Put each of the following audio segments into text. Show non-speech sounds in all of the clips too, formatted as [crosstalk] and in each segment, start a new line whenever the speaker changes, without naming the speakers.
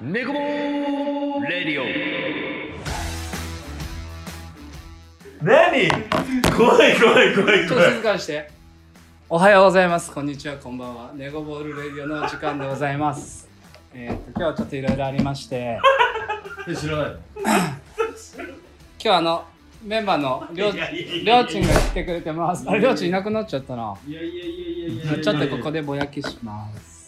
ネコボーレディオ
何怖い怖い怖い
ちょっと
怖い
静かにして。おはようございます。こんにちは、こんばんは。ネゴボールレディオの時間でございます。 [laughs] えー、と今日はちょっといろいろありまして、
知らない
[laughs]
の
今日はあのメンバーのりょう
いやいやいやい
りょ
や
うちんが来てくれてます。あれ、りょうちんいなくなっちゃったな。
いやいやいやいやいや
ちょっとここ
で
でぼやきします。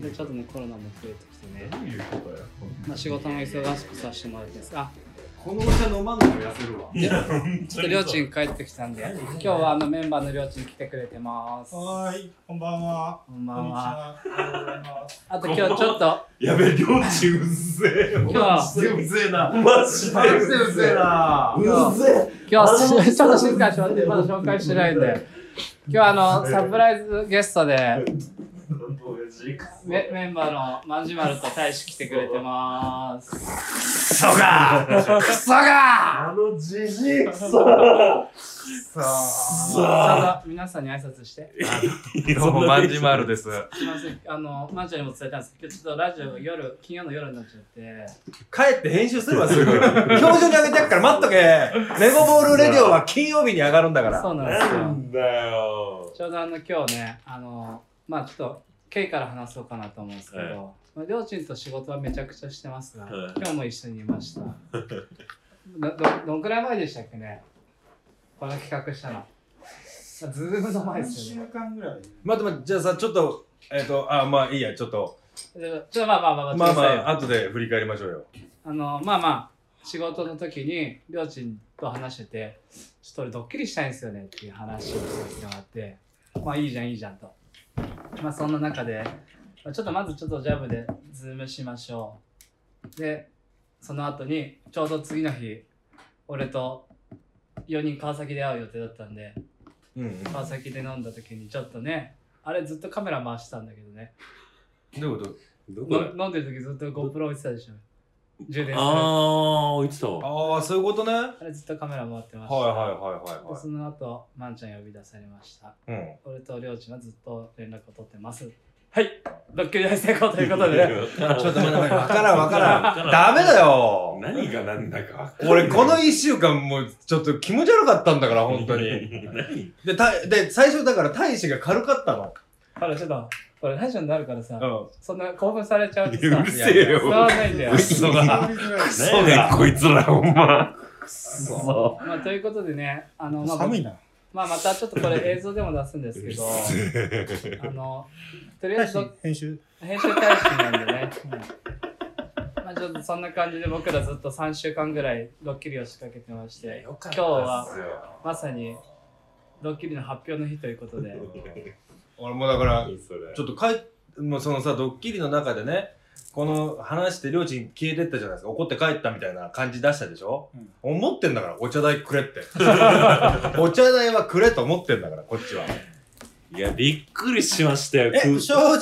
でちょっとね、コロナも増えてきてね、
どういうことよ
まあ、仕事も忙しくさせてもらってさ、あ
このお茶飲まんのも痩せるわ
いや本
ち
当
ょっと
に
りょうちん帰ってきたんで、今日はあのメンバーのりょうちん来てくれてます。こ
はーい、こんばんは。
んばんは。
は。おはようございます。
あと今日ちょっと、
やべりょうちんうっせえよ
今日は
でうぜえな
マジで
マジでうぜえな
うっせえ
今日はしちょっと静かにしまって、まだ紹介してないんで。今日はあの、サプライズゲストでメメンバーのまんじまると大使来てくれてまーす。
クソが
クソが
あのじじいクソ
さあ、
さあ皆さんに挨拶して。
いつもまんじまるです。
すいません、あの、まんちゃんにも伝えたんですけど、今日ちょっとラジオが夜、金曜の夜になっちゃって、
帰って編集するわ、すぐ。表情に上げてやっから待っとけ。レゴボールレディオは金曜日に上がるんだから。
そうなんです
な
よ。
んだよ
ちょうどあの、今日ね、あの、まあちょっと、ケイから話そうかなと思うんですけ
はい
ど、まありょうちんと仕事はめちゃくちゃしてますが、
はい
今日も一緒にいました。どどどんくらい前でしたっけねこの企画したの。ズームの前ですよね。
間ぐらい。待って待って、じゃあさ、ちょっと、えっ、と、あ、まあいいや、ちょっと。
ちょっとまあまあまあ
まあま
小さいよ
あ、後で振り返りましょうよ。
あのまあまあ仕事の時にりょうちんと話しててちょっと俺ドッキリしたいんですよねっていう話をさせてもらってまあいいじゃんいいじゃんとまあそんな中でまあちょっとまずちょっとジャブでズームしましょうでその後にちょうど次の日俺と4人川崎で会う予定だったんで
うん、うん。
川崎で飲んだ時にちょっとねあれずっとカメラ回してたんだけどね
どういうこと
ど
の飲んでる時ずっと GoPro 置いてたでしょ充電する
あー、置いてたわ。
ああ、そういうことね。はい
あれずっとカメラ回ってました。
はいはい
でその後、まんちゃん呼び出されました。
はいはい。うん。
俺とりょうちんはずっと連絡を取ってます。はい、ドッキリ大成功ということで、ね、
ちょっと待って待って、わからんわから
わ
ん
か。
ダ
ら
メだよ。
何が何だか。
俺、この一週間もう、ちょっと気持ち悪かったんだから、本当に。
何
で、た、で、最初だから、大使が軽かったの。
ほらちょっと、これラジオになるからさ、
うん。
そんな興奮されちゃうと
う
さ
る、せえ
伝わ
よ
ん。ないんだよ
ク。ソが。クソねこいつら、ほんま。クソ。
まあ、ということでね、あの、まあ、
寒いな。
まあ、またちょっとこれ映像でも出すんですけど、あの、とりあえずど
編集。
編集大使なんでね。まあちょっとそんな感じで僕らずっと3週間ぐらいドッキリを仕掛けてまして、今日はまさにドッキリの発表の日ということ
[laughs]
で、
俺もだから、
それ
ちょっと帰っ、もうそのさ、ドッキリの中でね、この話して、りょうちん消えてったじゃないですか。怒って帰ったみたいな感じ出したでしょ、思ってんだから、お茶代くれ [laughs] って。お茶代はくれと思ってんだから、こっちは。
いや、びっくりしましたよ。く
直、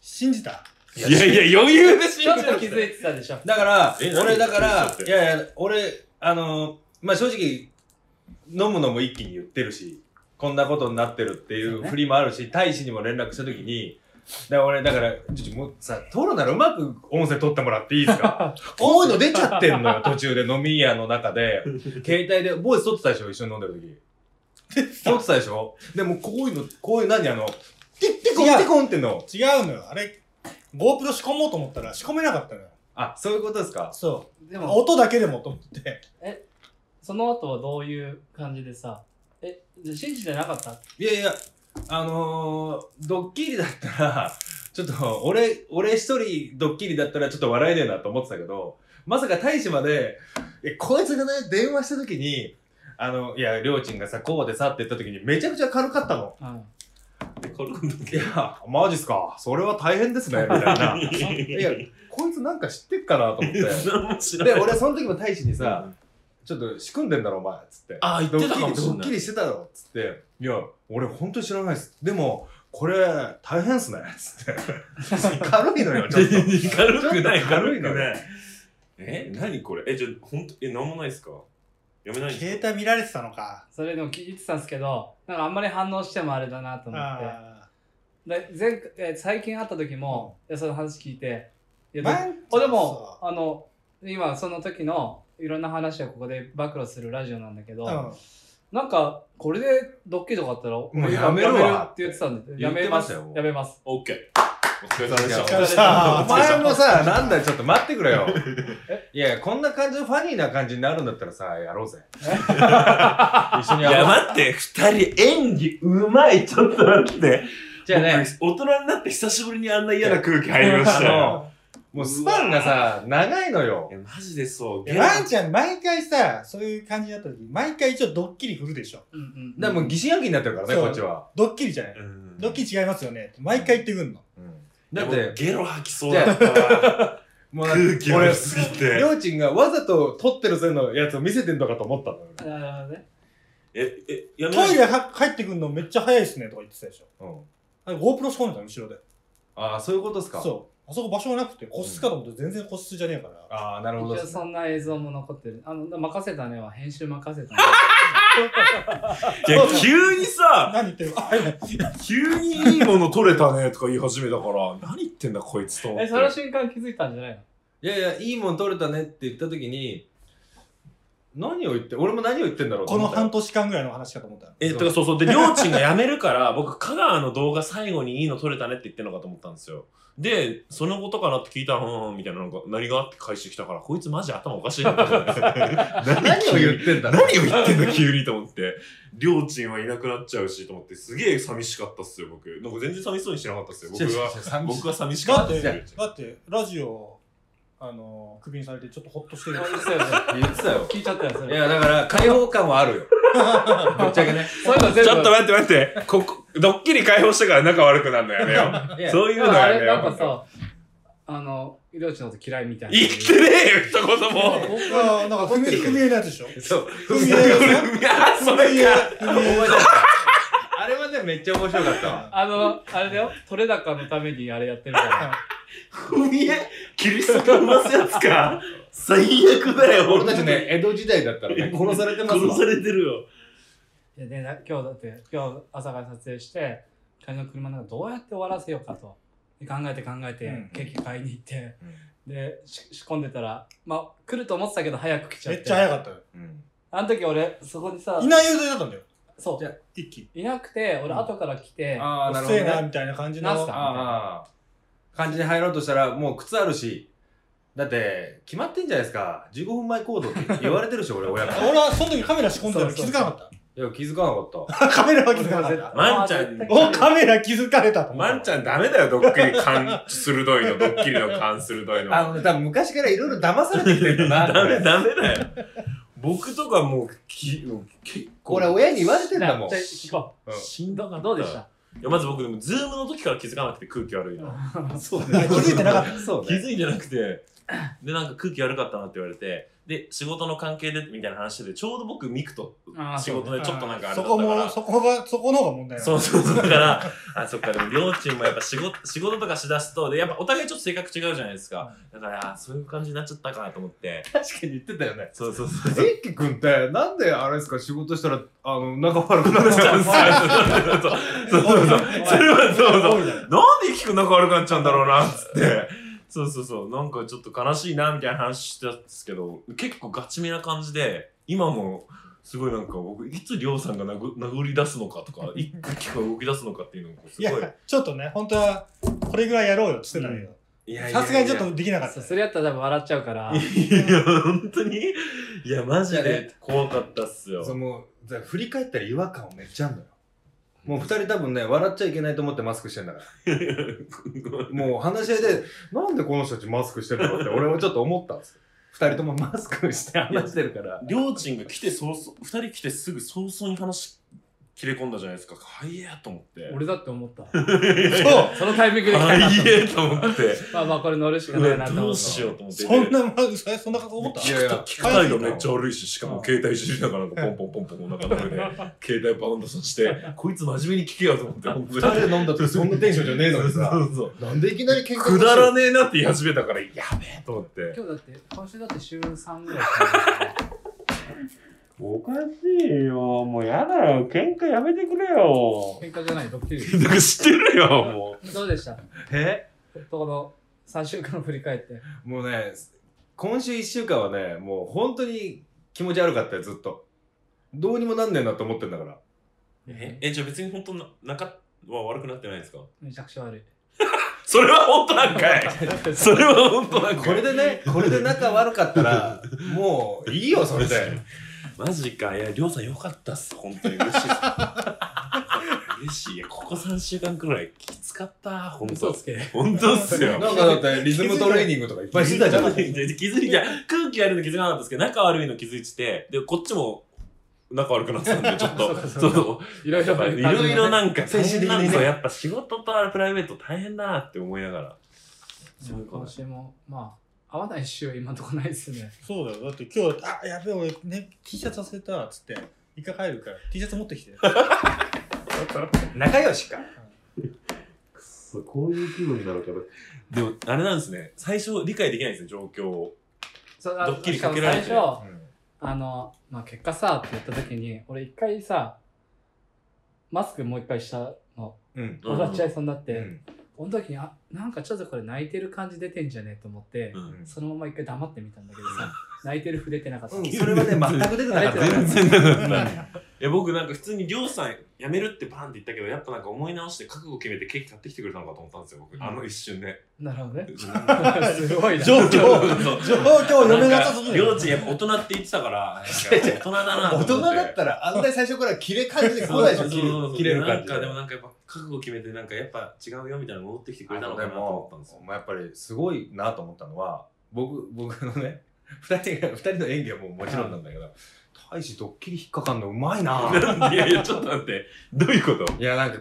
信じたいや
いやいや、余裕で
ち
信
ょっ
じ
と
ろ
気づいてたでしょ。
だから
え、
俺だから
何、
いやいや、俺、あのー、まあ、正直、飲むのも一気に言ってるし、こんなことになってるってい
そううね
振りもあるし、大使にも連絡したときに、だから俺、だから、ちょ、ちょ、もうさ、撮るならうまく音声撮ってもらっていいです
[laughs]
かこういうの出ちゃってんのよ、途中で飲み屋の中で。携帯で、ボイス撮ってたでしょ一緒に飲んでる
[laughs]
とき。撮ってたでしょでも、こういうの、こういう何あの、ティッティコンティコンっての。
違うのよ。あれ、GoPro 仕込もうと思ったら仕込めなかったのよ。
あ、そういうことですか
そ
で
う。
も、
音だけでもと思って。
その後はどういう感じでさ、え、じゃあ信じてなかった
いやいや、あのー、ドッキリだったら、ちょっと、俺、俺一人ドッキリだったらちょっと笑えねえなと思ってたけど、まさか大使まで、え、こいつがね、電話した時に、あの、いや、りょうちんがさ、こうでさって言った時にめちゃくちゃ軽かったの。
うん。
いや、マジっすか。それは大変ですね、みたい
[laughs]
な。いや、こいつなんか知ってっかなと思って。
何も知ら
で、
ない。
俺その時も大使にさ、ちょっと仕組んでんだろ、お前、つって。
あー、
ド
言
ッ
ってたかも
キリ
し
ド
れ
ッ
な
キ
い。
リしてたよっつって「いや俺本当に知らないですでもこれ大変っすね」っつって
[laughs]
軽いのよちょっと
軽くない、
ちょっと軽
軽
い
く
の
ない。え、何これえ、じゃあ、ほんと、え、なんもないっすかやめないん
携
すか
帯見られてたのか。
それでも聞いてたんですけど、なんかあんまり反応してもあれだなと思って。
あ
で前回え最近会った時も、いやその話聞いて、いやでも
マン
あでも、あの、今その時のいろんな話をここで暴露するラジオなんだけど、
うん
なんか、これでドッキリとかあったら、も
うやめろ
って言ってたんで、
言
や
っ
め
て
ま
ますしたよ
やめます。
オッケー。お疲れ様でし
お疲
た。
お前もさ、なんだよ、ちょっと待ってくれよ。いやいや、こんな感じのファニーな感じになるんだったらさ、や
[laughs]
ろうぜ。一緒に
い
や
や、
ろう。
待って、二人演技
うまい、ちょっと待って。
じゃあね、
僕大人になって久しぶりにあんな嫌な空気入りまし
あ
たよ。
の、もうスパンがさ、長いのよ
い。や、マジでそう。
いやワンちゃん、毎回さ、そういう感じになった時、毎回一応ドッキリ振るでしょ。
うんうん
だからもう疑心暗鬼になってるからね、
そう
こっちは。
ドッキリじゃない。
うん
ドッキリ違いますよね。毎回言ってくんの。
うん
だ
だ
っ
ってて、
ゲロ吐きそうだったわ
もうなんか
空気悪
俺、
すぎ
り
て
ょうちんがわざと撮ってる線のやつを見せてんのかと思ったのよ。
なるほどね。
ええやめな
トイ
い
レは入ってくんのめっちゃ早いっすねとか言ってたでしょ。
うん
あれ GoPro 仕込んでたの後ろで。
ああ、そういうことですか。
そう。あそこ場所がなくて、個室かと思ったら全然個室じゃねえから。
ああ、なるほど
一
で
応
すね、
そんな映像も残ってる。あの、任せたねは編集任せたね。
いや急にさ
何言ってるあ、はい
急にいいもの取れたねとか言い始めたから何言ってんだこいつと思って
え、その瞬間気づいたんじゃないの
いやいや、いいもん取れたねって言ったときに、何を言って、俺も何を言ってんだろうと
こ
思
の
ったよ
半年間ぐらいの話かと思ったの。
え、だからそうそう。で、りょうちんが辞めるから、僕、香川の動画最後にいいの撮れたねって言ってんのかと思ったんですよ。で、そのことかなって聞いたら、うんうん、みたいな、なんか、何があって返してきたから、こいつマジ頭おかしいなって思って
何を言ってんだろう
何を言ってんだ、急にと思って。りょうちんはいなくなっちゃうし、と思って、すげえ寂しかったっすよ、僕。なんか全然寂しそうにしてなかったっすよ、僕
違う違う違う
は。
寂しい
僕は寂しかっ
だった
っす
て、
よ。りょうちん
だって、ラジオ、あの、クビにされてちょっとホッとしてる。
そうですよね
言ってたよ。
聞いちゃったよ、そ
い
れ。
や、だから、解放感はあるよ。ぶっちゃけね。
そういうの全
ち
部。
ょっと待って待って、ここ、ドッキリ解放してから仲悪くなるのやめよ
いや
う。そういうの
あ
やめ
れ、
よ
な
う。
んかさ、あの、医療地のこと嫌いみたいな。
言ってねえよ、一言も。
僕は、なんか、踏み踏み絵のやつでしょ
そう。
踏み絵
[laughs]
のやつね。
あ、それか。
踏み絵
覚えてたあれはね、めっちゃ面白かったわ。
あの、あれだよ、取れ高のためにあれやってるから。
踏み絵キリストがますやつか最悪だよ、
俺たちね、江戸時代だったらね、殺されて
本
ま
当
す
に。
わ
[laughs] 殺。されてるよ。
いやでな今日だって今日朝から撮影して帰りの車の中どうやって終わらせようかとで考えて考えて、
うん
ケーキ買いに行ってでし仕込んでたらまあ来ると思ってたけど早く来ちゃっ
め
て
っちゃ早かったよ。
うん
あの時俺そこにさ
いない予定だったんだよ。
そ
じゃ
う
一気。
いなくて俺後から来て、
ああ、
う
なる
っ
ほど
せえ
ね。
な、
あ
みたいな感じ
なんす
の。
か
あああ、感じに入ろうとしたら、もう靴あるし、だって、決まってんじゃないですか。15分前行動って言われてるし、俺、親 [laughs] から。
俺はその時カメラ仕込んでたのに気
そうそう
づかなかっ
いや、気づかなかった。
た。カメラは気づか
俺は絶
なかっ
対
た。
ワンちゃん
あー絶対
お、カメラ気づかれたと思った。
マンちゃんダメだよ、ドッキリ感鋭いの、ドッキリの感鋭いの。
あのね、多分昔からいろいろ騙されてきてるん [laughs] だな。
ダメ、
俺
ダメだよ。僕とかもう、き結構。
これ親に言われてんだ [laughs] もん
じゃ。あ聞こう、
うん
しんどかどう
[laughs]
でした
いや、まず僕でも、ズームの時から気づかなくて空気悪いな。
そうね。
気づいてなかっ
[laughs]
た
そう
気
ね。
づいてなくて、で、なんか空気悪かったなって言われて、で、仕事の関係で、みたいな話してて、ちょうど僕、ミクと
あー
仕
そうね
事でちょっとなんかあれだ
そ
ったか
こ
ら
も、。そこが、そこの方が問題な
そ
の。
うそうそう。だから、あ、そっか、でも、りょうちんもやっぱ仕事、仕事とかしだすと、で、やっぱお互いちょっと性格違うじゃないですか。だから、あそういう感じになっちゃったかと思って。
確かに言ってたよね。
そうそうそう。
ゼッキ君って、なんであれですか、仕事したら、あの、仲悪くなっちゃうんですか
そうそうそう。それはそうそう。なんでゆきくん仲悪くなっちゃうんだろうな、つって。そうそうそう。なんかちょっと悲しいな、みたいな話してたんですけど、結構ガチめな感じで、今も、すごいなんか僕、いつりょうさんが殴殴り出すのかとか、いつゆきくんが動き出すのかっていうのを、す
い
ごい。
や、ちょっとね、本当は、これぐらいやろうよって言ってたんだけど。
いやいやいや
さすがにちょっとできなかった
そう
ね。
それやったら多分笑っちゃうから
いや、本当にいや、マジで怖かったっす
[laughs]
よ。[laughs]
その、だから振り返ったら違和感をめっちゃあんのよ。もう二人多分ね、笑っちゃいけないと思ってマスクしてんだから。もう話し合いで、なんでこの人たちマスクしてんだろうって、俺もちょっと思ったんですよ。二人ともマスクして話してるから。
りょうちんが来て早々、二人来てすぐ早々に話切れ込んだじゃないですか。はいやと思って。
俺だって思った
そう
そのタイミングで来
は
たなと思っ
い
て
えと思って。
まあまあこれ乗るしか
う
ないな
わ
と思
ど
っ
う
て
しようと思って。
そんな、まあ、そんなこと思った
いやいや、
機械がめっちゃ悪いし、しかも携帯いじりながらなんかポンポンポンポンお腹
[laughs]
の上で、携帯バウンドさせて、こいつ真面目に聞けよと思って、本当
[laughs] 二
に
人で飲んだってそんなテンションじゃねえのに
そ
さ。
うそう
なんでいきなり喧嘩
くだらねえなって言い始めたから、やべえと思って。
今日だって今週だって週3ぐらい
おかしいよ。もうやだよ。喧嘩やめてくれよ。 [laughs]
喧嘩じゃないドッキリ
なんか知ってるよ、も
どうでした
え
この3週間振り返って。
もうね、今週1週間はね、もう本当に気持ち悪かったよ、ずっと。どうにもなんねえなと思ってんだから。
え、え、じゃあ別に本当な、仲は悪くなってないんですか
めちゃくちゃ悪い。
それは本当なんかい [laughs] それは本当なん
こ
か
れ
い
でね、これで仲悪かったら、もういいよ、それで。
マジか。いや、りょうさんよかったっす。本当に嬉しいっす。 [laughs] 嬉しい。いやここ3週間くらいきつかった。本
嘘
当
つけ。
本当っす
な
よ
ん。 [laughs] かだってリズムトレーニングとかいっぱいしてたじゃん。
気づいて、空気悪いの気づかなかったんですけど、仲悪いの気づいてて、で、こっちも仲悪くなってたんで、ちょっ
[laughs]
と、そうそう
いろいろ。
いろいろ
んか。
なんか、
精
大
神的
変
に
な
ね
んですよ。やっぱ仕事とプライベート大変だなって思いながら。そういうこと
今週も、まあ、合わない週は今んとこないですね。
そうだよ。だって今日、あ、やべえ、俺、ね、T シャツ忘れたっつって、一回入るから、T シャツ持ってき
[laughs]
て。
仲良しか。
こういう気分になるから。
でも、あれなんですね。最初理解できないんですね、状況を。
そう
ドッキリかけられて
しかも最初、あの、まあ、結果さ、って言った時に、俺一回さ、マスクもう一回したの。
うん。
笑っちゃいそうになっ
う
て、
ん。
この時に、あ、なんかちょっとこれ泣いてる感じ出てんじゃねえと思って、
うん
そのまま一回黙ってみたんだけどさ、泣いてる筆出てなかった。
うんそれはね、全く出てなかった。
全
全然なかった。いや僕なんか普通にりょうさん辞めるってパンって言ったけどやっぱなんか思い直して覚悟決めてケーキ買ってきてくれたのかと思ったんですよ僕あの一瞬で、。
なるほどね
[laughs] 状
すごいな。
状況、状況読めなさすぎ
りょ
る
う。ちんやっぱ大人って言ってたからなんか大人だな
大
と思って
人だったら、あんなに最初から切れ感じでこうだでし
そうそうそう
ょ、切れる
な
感
ん
じ
かでもなんかやっぱ覚悟決めてなんかやっぱ違うよみたいなの戻ってきてくれたのか
で
なと思
も
ったんですよ
お前やっぱりすごいなと思ったのは僕僕のね2人 [laughs] が二人の演技はもうもちろんなんだけど大志ドッキリ引っかかんのうまいな
[laughs] いやいやちょっと待ってどういうこと
いやなんか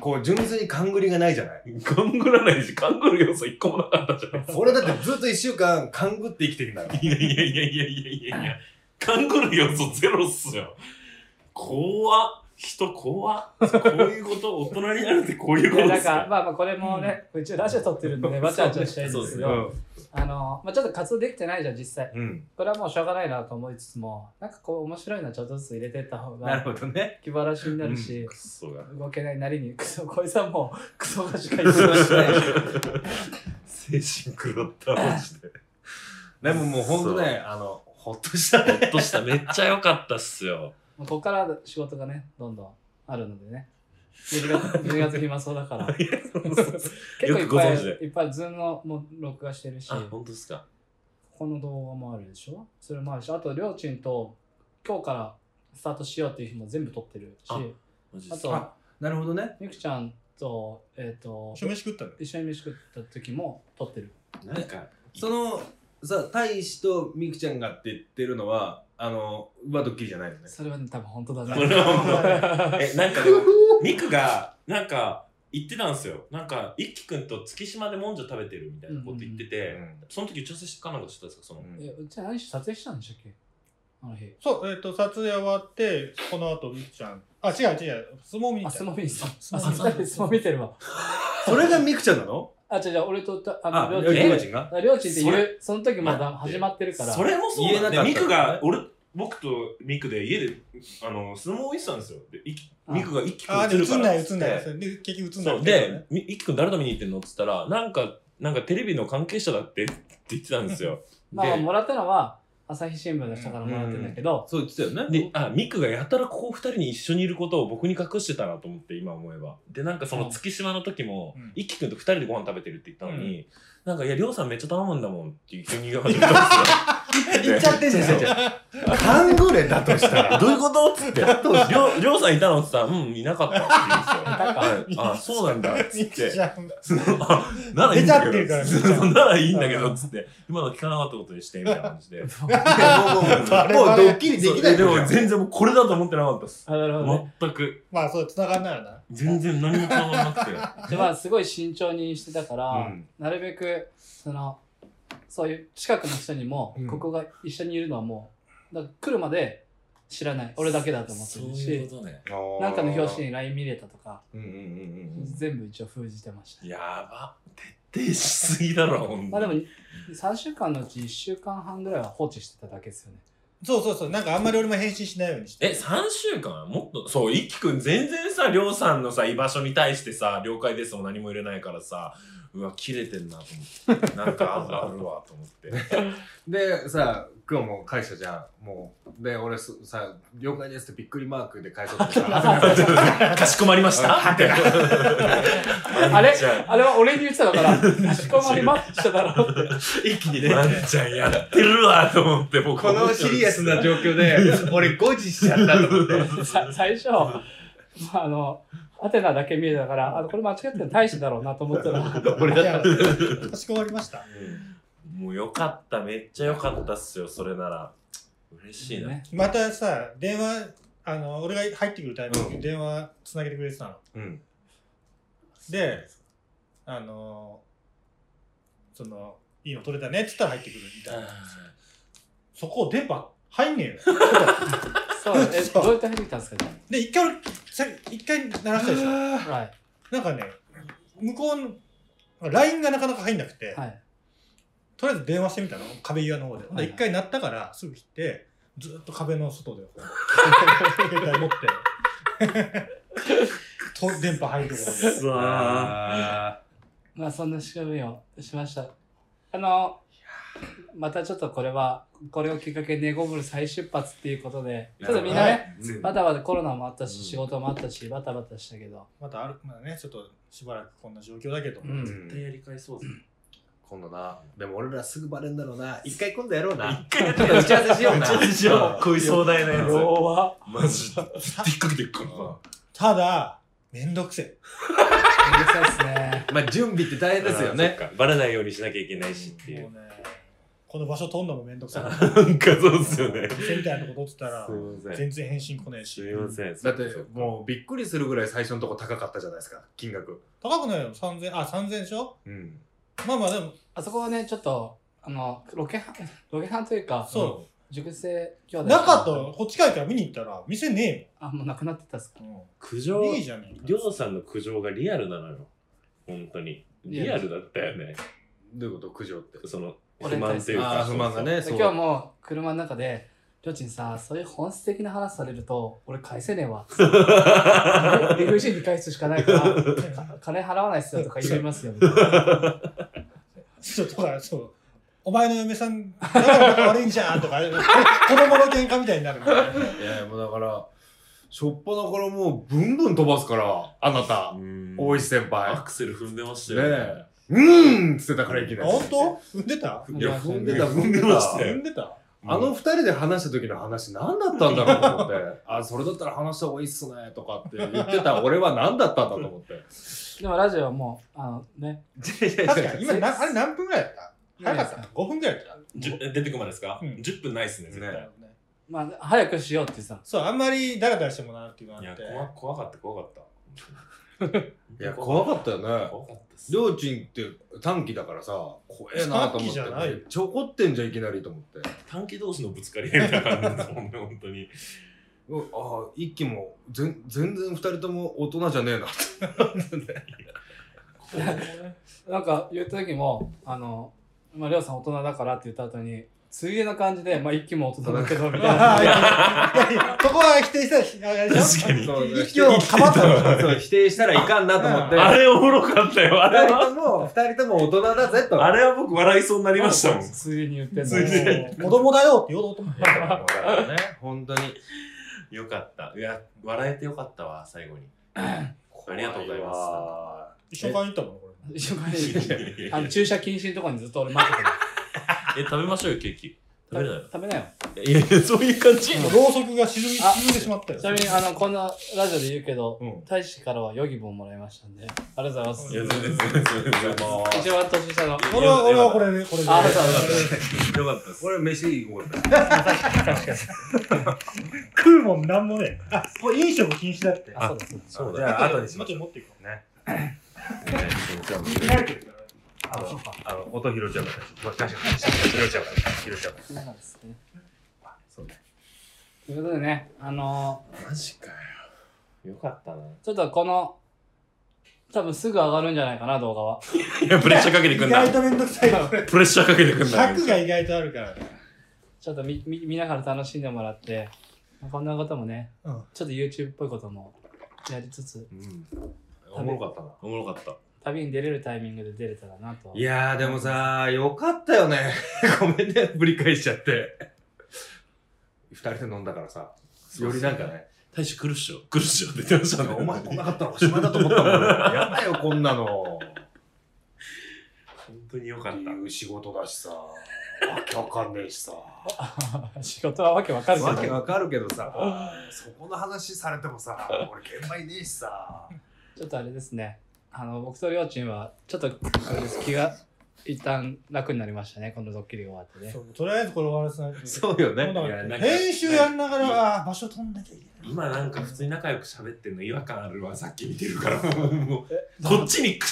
こう純粋に勘繰りがないじゃない
カングラないしカングル要素一個もなかったじゃん
俺だってずっと1週間勘繰って生きてきたから
いやいやいやいやいやいやいや、勘ぐる要素ゼロっすよ。怖っ。人怖っ。こういうこと、大人になるってこういうこ
いや
と
な
で
ん
す
か
よ。
まあまあこれもね、うちラジオ撮ってるんでね、わちゃわちゃしたいんですけ
そ
ど、あの、まあちょっと活動できてないじゃん、実際。
うん、うん、
これはもうしょうがないなと思いつつも、なんかこう面白いのちょっとずつ入れてった方
なる
が
ほどね
気晴らしになるし、
クソが。
動けないなりに、 [laughs] クソ、こいつはもうクソがしか言ってまし
[laughs] 精神狂った、マジで。
でももうほんとねあのほっとしたね
ほっとした。めっちゃ良かったっす [laughs] よ。
もうここから仕事がね、どんどんあるのでね。12月、12月暇そうだから。結構い
[laughs] よ
っ
くご
ぱい、
存知で
いっぱいズームのも録画してるし、
あ、
こ
本当ですか。
この動画もあるでしょそれもあるし、あと、りょうちんと今日からスタートしようっていう日も全部撮ってるし、
あマジ
あ
っすか。
と、
なるほどね
みくちゃんと、えっ、と、
一緒飯食ったの
一緒に飯食った時も撮ってる。
なんか、
そのさ大志とみくちゃんがって言ってるのはあのはドッキリじゃないのね
それはね、多分本当だ
それは
な。
え、なんかでも、ミクが、なんか、言ってたんですよ。なんか、一輝くんと月島でもんじゃ食べてるみたいなこと言ってて、その時打ち合わせしかなんかしてたんですか、その。
うん
[laughs] え、うちは何し撮影したんでしたっけあの日。
そう、えっ、と、撮影終わって、この後、みっちゃん。あ、違う違う、相撲見に
あ、
行った
相。撲見に行った。あ、
相撲
そう相撲見てるわ。
[laughs] それがみくちゃんなの
あ、違う違う、俺とた、
あ
あ、の、りょうちん
りょ
が
うちんが
だからりょうちんって言、
そう
その時まだ
待って
始まってるから。
それもそうなん
言えな
だ
かった
ミクが俺僕とミクで家であの相撲を見てたんですよでいき
あ
ミクが一気
あ、で、
映
映
るか
ん
ら
な
っ
い、
つ
映
っ
ん
て
ない。それで、結局映んない
そうで、み一輝くん誰の見に行ってんのっつったらなんかなんかテレビの関係者だってって言ってたんですよ
まあまあ、
で
もらったのは、朝日新聞の人からもらってるんだけど、
そう言ってたよ [laughs] ね
であミクがやたらここ二人に一緒にいることを僕に隠してたなと思って今思えばでなんかその月島の時も
うん
一輝くんと二人でご飯食べてるって言ったのに、なんか「いやりょうさんめっちゃ頼むんだもん」っていう急に言い始めたんですよ
言
[laughs]
っちゃってんじゃんじゃんじゃん勘ぐれだとしたら
どういうことっつって。り
とした
ょうりょうさんいたのって言ったら、うん、いなかったって言うんですよ。
[laughs]
はいあ、そうなんだ。つ
み
っ
っち
て。
ゃん。
あ [laughs] ならいいんだけ
出ちゃ
ど。
ってるか
[laughs]
ら
そうならいいんだけど、つって。今の聞かなかったことにして、みたいな感じで。
もうもうもうもうドッキリできない
で
じゃん
も全然もうこれだと思ってなかったっす。
あ、なるほどね。
全く。
まあ、そう、繋がんないよな。
全然何も変わらなくて。
で、まあ、すごい慎重にしてたから、
うん
なるべく、その、そういう近くの人にも、
うん
ここが一緒にいるのはもう、だから来るまで知らない。俺だけだと思ってる
そういう
し、
ことね。
なんかの表紙に LINE 見れたとか、
うんうんうんうん
全部一応封じてました。
やば。徹底しすぎだろ、ほん
まあ
と
で
に。
も、3週間のうち1週間半ぐらいは放置してただけですよね。
そうそうそう、なんかあんまり俺も返信しないようにして。
え、3週間もっと、そう、一輝くん全然さ、りょうさんのさ、居場所に対してさ、了解ですも何も入れないからさ、うわ切れてんなと思ってなんかあるあるわと思
[laughs]
って
でさ今日も返したじゃんもうで俺そさ「了解です」ってびっくりマークで返そうとしたら
かしこまりました
[laughs]
みたいな
あれあれは俺に言ってたの [laughs] から、かしこまりましただろ [laughs] って。
一気にねワンちゃんやってるわと思って
[laughs]
僕
このシリアスな状況 [laughs] で俺誤字しちゃったと思って
さ最初、まあ、あの、アテナだけ見えたから、あのこれ間違ってたら大使だろうなと思ったら、
俺だから。かしこまりました。
もうよかっためっちゃよかったっすよそれなら嬉しいな、
ね
またさ、電話、あの、俺が入ってくるタイミングで電話つなげてくれてたの。
うん
で、あの、その、いいの取れたねって言ったら入ってくるみたいな。そこ電波入んねえよ。
[laughs] そう、え、どうやって入ってきたんですかね。
で、一回俺、さ一回鳴らしたでしょ。
はい。
なんかね、向こうの、LINE がなかなか入んなくて、
はい。
とりあえず電話してみたの、壁際の方で。ほんで
はい
一、回鳴ったから、すぐ切って、ずーっと壁の外で、こ
[laughs]
う携帯持って、 [laughs] と電波入るところで。
うわ
あ
まあ、そんな仕組みをしました。あの、またちょっとこれは、これをきっかけにネゴブル再出発っていうことで、ちょっとみんなね、バタバタコロナもあったし、仕事もあったし、バタバタしたけど、
またある、まだね、ちょっとしばらくこんな状況だけど、
うん
絶対やり返そうぜ
今度なでも俺らすぐバレんだろうな一回今度やろうな
一回やっ
ちょっと打ち合わせしような
こういう壮大なやつ
は
マジで引っ掛けてっから
ただ、めんどくせえ。
めんどくさいです
[laughs]
ね。
まあ準備って大変ですよね
バレないようにしなきゃいけないしってい
も
う
うね、この場所取んのもめんどくさい。
なんか [laughs] そうっすよね
店みたいなとこ取ってたら
すい、ません
全然返信来ねえ
す
し
い。ません
だってもうびっくりするぐらい最初のとこ高かったじゃないですか金額
高くないよ、3000、あ、3000でしょ
うん
まあまあでも、
あそこはね、ちょっと、あの、ロケハン、ロケハンというか、
そ
熟成兄
う。
弟。
なかったのこっち帰ったら見に行ったら、店ね
あ、もうなくなってたっすか
えもん。
苦
う
情
ん。いいじゃねえか
りょうさんの苦情がリアルなのよ本当にリアルだったよね
どういうこと苦情って
その不
俺に対
満
す
と
る
いうか
あー不満がね
で
そう
今日も車の中で、りょうちんさ、そういう本質的な話されると、俺返せねえわ。理不尽に返すしかないから、か金払わないっすよとか言いますよ。みたいな
そう、とか、そう。お前の嫁さん、だから仲悪いんじゃんとか、 [laughs] 子供の喧嘩みたいになるみた
[laughs]
いな。
いやもうだからしょっぱなからもうブンブン飛ばすからあなた大石先
ア
輩
クセル踏んでました
ね
よ
えうーんっつってたからいきなり
本当産んでた
いや踏んで
いや
た
踏んで
ました
た
よ
産んでた
あの二人で話した時の話何だったんだろうと思 [laughs] ってあそれだったら話した方がいいっすねとかって言ってた俺は何だったんだと思 [laughs] って
でもラジオはもう、あのね、
確かに、今な、あれ何分ぐらいだった早かった
いいです
?5 分ぐらいだっ
じゅ出てくまでですか、
うん
10分ないっすね絶対
ね
た
まあ、早くしようってさ、
そう、あんまりダラダラしてもなっていうの
い
があ
や
って。
怖怖かった怖かっ
[laughs]
た
いや怖か
っ
ったよね
怖かったっす
りょうちんって短期だからさ怖えなと思
短期
っ
じ
て
ゃない
めっちょ怒ってんじゃんいきなりと思って
短期同士のぶつかり合いみたいな感じですもんね本当に
うああ一気も全全然二人とも大人じゃねえなって
なんか言った時も、あの、まあ、りょうさん大人だからって言った後に、ついでな感じで、まあ、一気も大人だけど、みたいな。
あーいやいやいやそこは否定したら、あれでしょ
確かに
そうね
息をかばったの。
そう否定したらいかんなと思って
[laughs] あれおもろかったよあれ
二人
は
とも二人とも大人だぜと
あれは僕笑いそうになりましたもん
ついでに言ってんの。
ついでに
子供だよって言おうと思って。
だからね本当に
よかったいや笑えてよかったわ最後にありがとうございま
ま
一緒に買いに行ったもん、これ。
一緒
す
に
え
あの駐車禁止のところにずっと俺待ってた
食べましょうよケーキ食べ
け
る
ど
なよ
食べなよ
いやいやそういう感じ
ろうそくが沈み
あ
沈んでしまったよ
ち。なみにあのこんなラジオで言うけど、
うん
大使からはヨギボンもらいましたんでありがとうございます
いや全然全然全然
あ
一番年下の
俺は、俺はこれで、これで。
あそうそう
よかったです
これ飯行こうぜ
食うもんなんもねえ。あ、これ飲食禁止だって。
あそうですそうです
そう
じ
だ
ゃあ後にしま
もう
し
ちょ
ょ
っと持っていこ
うね
ねじゃあもう
あそうか
あの音拾っちゃうからもう大丈夫拾っちゃうから拾っちゃうから
そうなんですね
そうね
ということでねあの
マジかよ
よかったな
ーちょっとこの多分すぐ上がるんじゃないかな動画はい
やプレッシャーかけて
う。
く
意
んな
外とめんどくさいよ。これ
プレッシャーかけてくんな
尺が意外とあるからね。
ちょっと見見見ながら楽しんでもらってまあこんなこともね
うん。
ちょっと YouTube っぽいこともやりつつ
うんおもろかったな
おもろかった
食旅に出れるタイミングで出れたらなと。
いやーでもさよかったよね [laughs] ごめんねぶり返しちゃって二人で飲んだからさよりなんかね
大使来るっしょ来るっしょって言ってましたね
お前来なかったらおしまいだと思ったもんやだよこんなの
本当によかっ
ったていう仕事だしさわけわかんねえしさ
[laughs] 仕事はわけわかるけ
わ
ど
けわかるけどさそこの話されてもさ俺現場いねえしさ
ちょっとあれですね。あの、僕とりょうちんは、ちょっと、あれです。気が、一旦楽になりましたね。このドッキリが終わってね
そ。うとりあえずこれ終わらせないと
そうよね
もうだか
いやな
ら
んか
編集やんながら、あー場所飛んなきゃいけない。
今なんか普通に仲良く喋ってんの違和感あるわさっき見て
[laughs]
るからもうこっちにく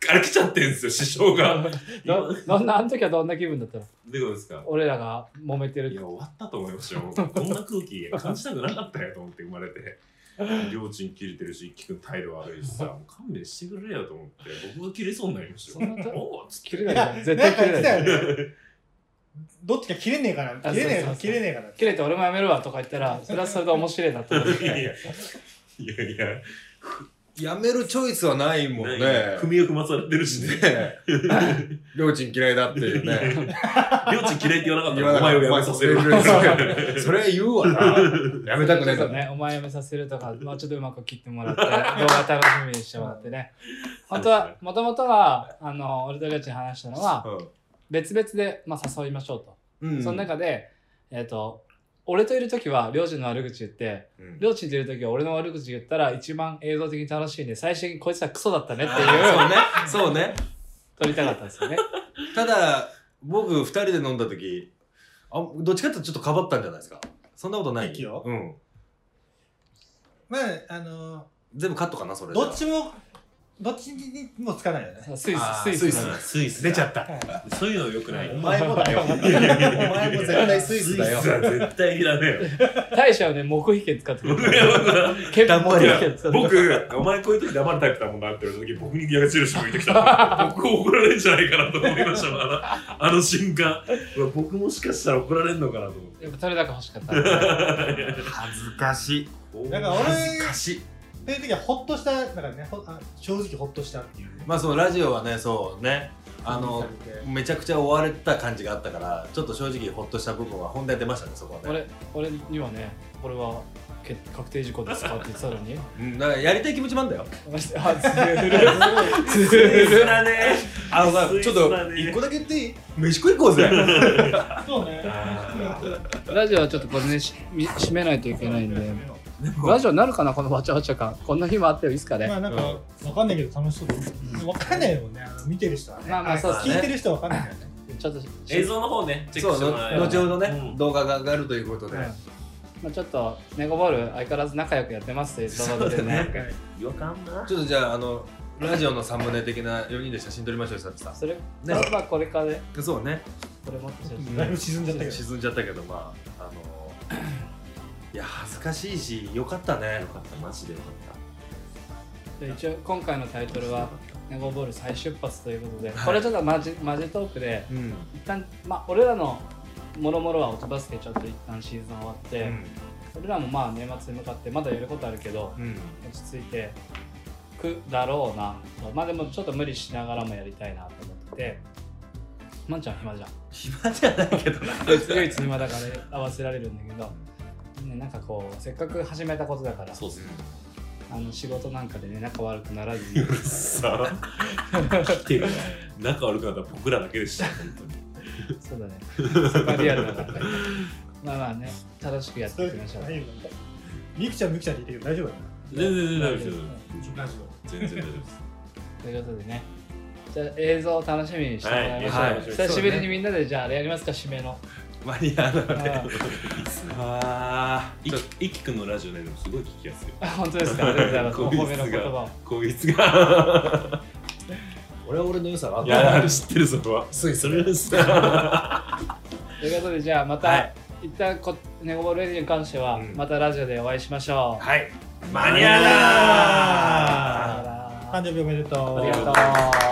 くあれ来ちゃってんすよ師
[laughs]
匠が今
どどん [laughs] な、あの時はどんな気分だったの
どういうことですか
俺らが揉めてる
いや終わったと思いましたよもうこんな空気感じたくなかったよと思って生まれて両親切れてるし一輝くん態度悪いし
[laughs]
さもう勘弁してくれよと思って僕が切れそうになりましたよ
そんなと
おうっつって
切れない
[laughs]
じゃん絶
な
対
んか
切
言っ
れ
て
な
た
いじゃん
よね。どっちか切れねえから、切れねえから、切れねえから。
切れて俺もやめるわとか言ったらそれはそれで面白いなと思っ
いやい
て
やいやいや
やめるチョイスはないもんね [laughs]
ね踏みが踏まされてるしね
ね両親嫌いだっていう [laughs] ね
両親嫌いって言わなかった
言
ら
わ
お前を
な
や
か
め
った
させる
それ言うわなやめたくねえ
ちょ
だ
っとねお前やめさせるとか、まあ、ちょっとうまく切っても
[laughs]
らって動画楽しみにしてもらってね本当はもともとはあの俺とりょうちんに話したのは別々で、まあ、誘いましょうと、
うん
その中でえっ、と俺といる時はりょうちんの悪口言って
うん
りょうちんといる時は俺の悪口言ったら一番映像的に楽しいんで最終的にこいつはクソだったねっていう
あ [laughs] そうねそうね
撮りたかったんですよね
ただ僕2人で飲んだ時あどっちかっていうとちょっとかばったんじゃないですかそんなことない
息を
うん
まあ、あの
全部カットかなそれ
ー、
じゃ
どっちも、どっちにもつかないよね。
スイ
あ
ス
ー
スイ
スイ
ス
ス
スイス
出ちゃった
そういうのよくない
お前もだよお前も絶対スイスだよ
スイスは絶対嫌だよ
大将はね黙秘権使ってくる憲
だんまりや
権使ってくる
僕、お前こういう時黙るタイプだもんなって言われた時、僕に矢印向いてきたから。僕怒られるんじゃないかなと思いましたもん、あのあの瞬間。うわ僕もしかしたら怒られるのかなと思って。
やっぱ取れ高欲しかったんで
恥ずかしい
なんか俺、
恥ずかしい
っていう時はほっとした、なんかね、ほあ正直ほっとしたっていう。
まあそのラジオはねそうねあのめちゃくちゃ追われてた感じがあったからちょっと正直ほっとした部分は本題出ましたねそこはね、
俺俺にはねこれは決確定事項ですかって言ってたの
[laughs]
に
うん、だからやりたい気持ちもあんだよ
あずるずるずる
だねあのさ
スイ
ちょっ
ス
と
だね
一個だけ言っていい飯食い行こうぜ
そうね。
ラジオはちょっとこれねしみ締めないといけないんでラジオになるかなこのわちゃわちゃ感こんな日もあってもいいっすかね
まあなんか、わかんないけど楽しそうだわかんないもんね、あの見てる人はね。
まあまあそうです
聞い
ね
てる人はわかんないからね。
ちょっと
映像の方ね、チェッ
そ
ク
う
しても
の
らえれば
後ほどね、
うん
動画が上がるということで、
うんまあちょっとネゴボール相変わらず仲良くやってますというところでね
はい
違和感あんな。
ちょっとじゃああのラジオのサムネ的な4人で写真撮りましょうよさっきさ
それまあまあこれからね
そうね
これ持ってちょっと
だいぶ沈んじゃったけど。
沈んじゃったけどまああのいや恥ずかしいしよかったね
よかった、マジでよかっ
で一応今回のタイトルは「ネゴボール再出発」ということで
はい
これちょっとマジマジトークで
うん、
一旦まあ俺らのもろもろは音バスケちょっと一旦シーズン終わって、俺らもまあ年末に向かってまだやることあるけど
うん、
落ち着いてくだろうなとまあでもちょっと無理しながらもやりたいなと思っててまんちゃん暇じゃん
暇じゃないけどな
唯一暇だから合わせられるんだけど、ね、なんかこうせっかく始めたことだから
そう
[laughs]
っすね。
あの仕事なんかでね仲悪くならずに [laughs]
うっさ。来てるね。仲悪くなったら僕らだけでした、本当に。
そうだね。そこはリアルだ [laughs] ったね。まあまあね、楽しくやっ
そ
て
う
い
い
き
う
ましょ
の
う。
ないよなんかみくちゃんみくちゃんで言ってるけど大丈夫だよね。
全然大丈夫ですよ。
ラジオ。
全然大丈夫です。
ということでね、じゃあ映像を楽しみにしてもらいましょう。
はい
はい
久しぶりにみんなでじゃああれやりますか、締めの。
マニアのね
あ
あ
いきいきくんのラジオね、でもすごい聞きやすい。
あ本当ですか、ありがとうございます。お
こいつが
褒めの言葉を。
こいつが。
俺は俺の良さがあっ
い
た
や、知ってる、それは。それは
ということで、じゃあまた、
はい
一旦こネゴボールレディに関しては、
うん
またラジオでお会いしましょう。
はい
マニアだー
さよなら
誕生日おめでとう。
ありがとう。